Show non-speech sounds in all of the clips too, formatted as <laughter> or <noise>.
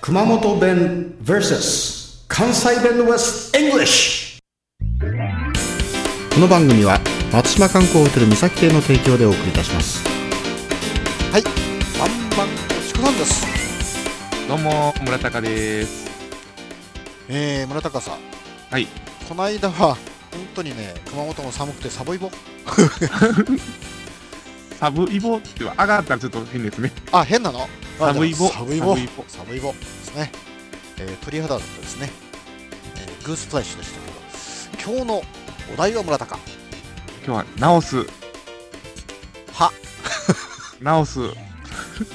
熊本弁 VS 関西弁 West English この番組は松島観光ホテル三崎邸の提供でお送りいたしますはい、バンバンおちくなんです。どうも村高です。えー、村高さん、はい。この間は本当にね、熊本も寒くてサボイボ。サブイボっては上がったらちょっと変ですね。あ、変なの。サブイボサブイボ。サブサイボイボですね。えー、鳥肌だったですね。えー、グースプラッシュでしたけど、今日のお題は村 <laughs> 高。今日は直すは、 <laughs> 直す。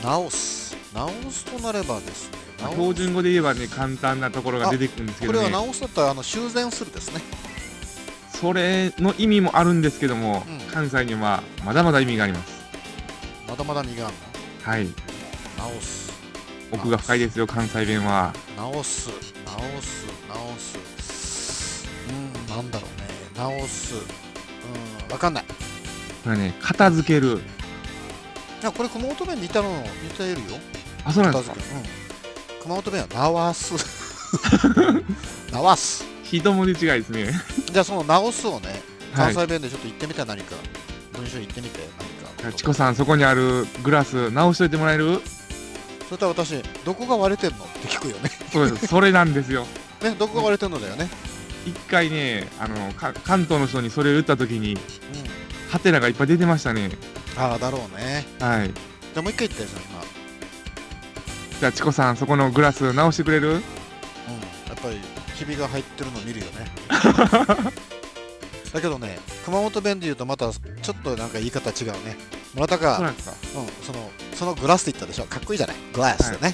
直す。直すとなればですね。直す標準語で言えばね簡単なところが出てくるんですけこどれはね。直すだったらあの修繕するですね。それの意味もあるんですけども、うん関西にはまだまだ意味があります。まだまだ身があるはい。の。直す。奥が深いですよ関西弁は。直す直す直すうんなんだろうね直すうんわかんないこれね片付ける。いやこれ熊本弁に似たの似てるよあそうなんで片す付かけ。うん、熊本弁は直す <laughs> 直す一文字違いですね。じゃあその直すをねは関い。西弁でちょっと言ってみて何か、文章言ってみて何かチコさんそこにあるグラス直しといてもらえる？それとは私どこが割れてんのって聞くよねそうです。それなんですよ。ねどこが割れてんのだよね一回ねあのか関東の人にそれを言った時にうんハテナがいっぱい出てましたね。ああだろうねはい。じゃあもう一回言ってその今じゃあ、チコさん、そこのグラス直してくれるうん、やっぱりひびが入ってるの見 <laughs> るよねだけどね熊本弁で言うとまたちょっとなんか言い方違うね村田そうが、なんですかうん、そのそのグラスって言ったでしょかっこいいじゃないグラスってね、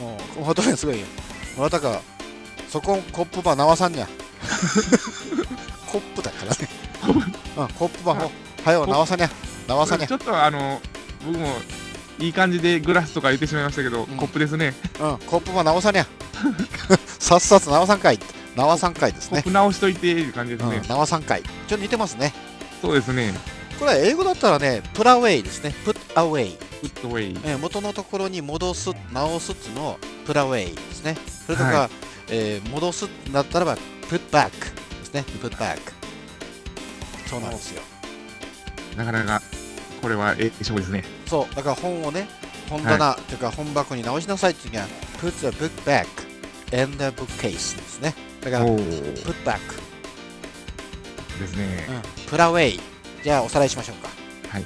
もう熊本弁すごいよ村田がそこコップば直さ <laughs> んにゃコップだからね、うん、コップばほはよ直さにゃ直さにゃちょっとあの、僕もいい感じでグラスとか言ってしまいましたけど、んコップですね。うんコップば直さに <laughs> ゃさっさと直さんかい直さんかいですコねップ直しといていう感じですね。うん、縄3回ちょっと似てますねそうですね。これは英語だったらねプラウェイですねプッアウェイ、ウッドウェイ。えー元のところに戻す直すっていうのをプラウェイですねそれとか、はえー戻すってなったらばプッバックですねプッバックそうなんですよなかなか、これはええ勝負ですね。そうだから本をね本棚、というか本箱に直しなさいっていうには put the book back in the bookcase ですねだからお put おで back、すね。うん、プラウェイじゃあおさらいしましょうかはい。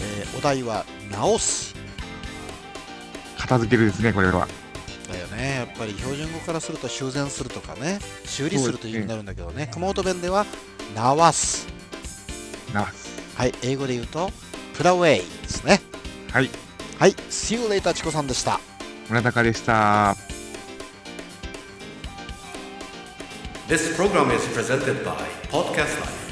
えーお題は直す片付けるですね、これは。だよねやっぱり標準語からすると修繕するとかね修理するという意味になるんだけどね熊本弁では直す直す。はい英語で言うとプラウェイですねはい。はい See you later チコさんでした村高でした。 This program is presented by Podcast Life.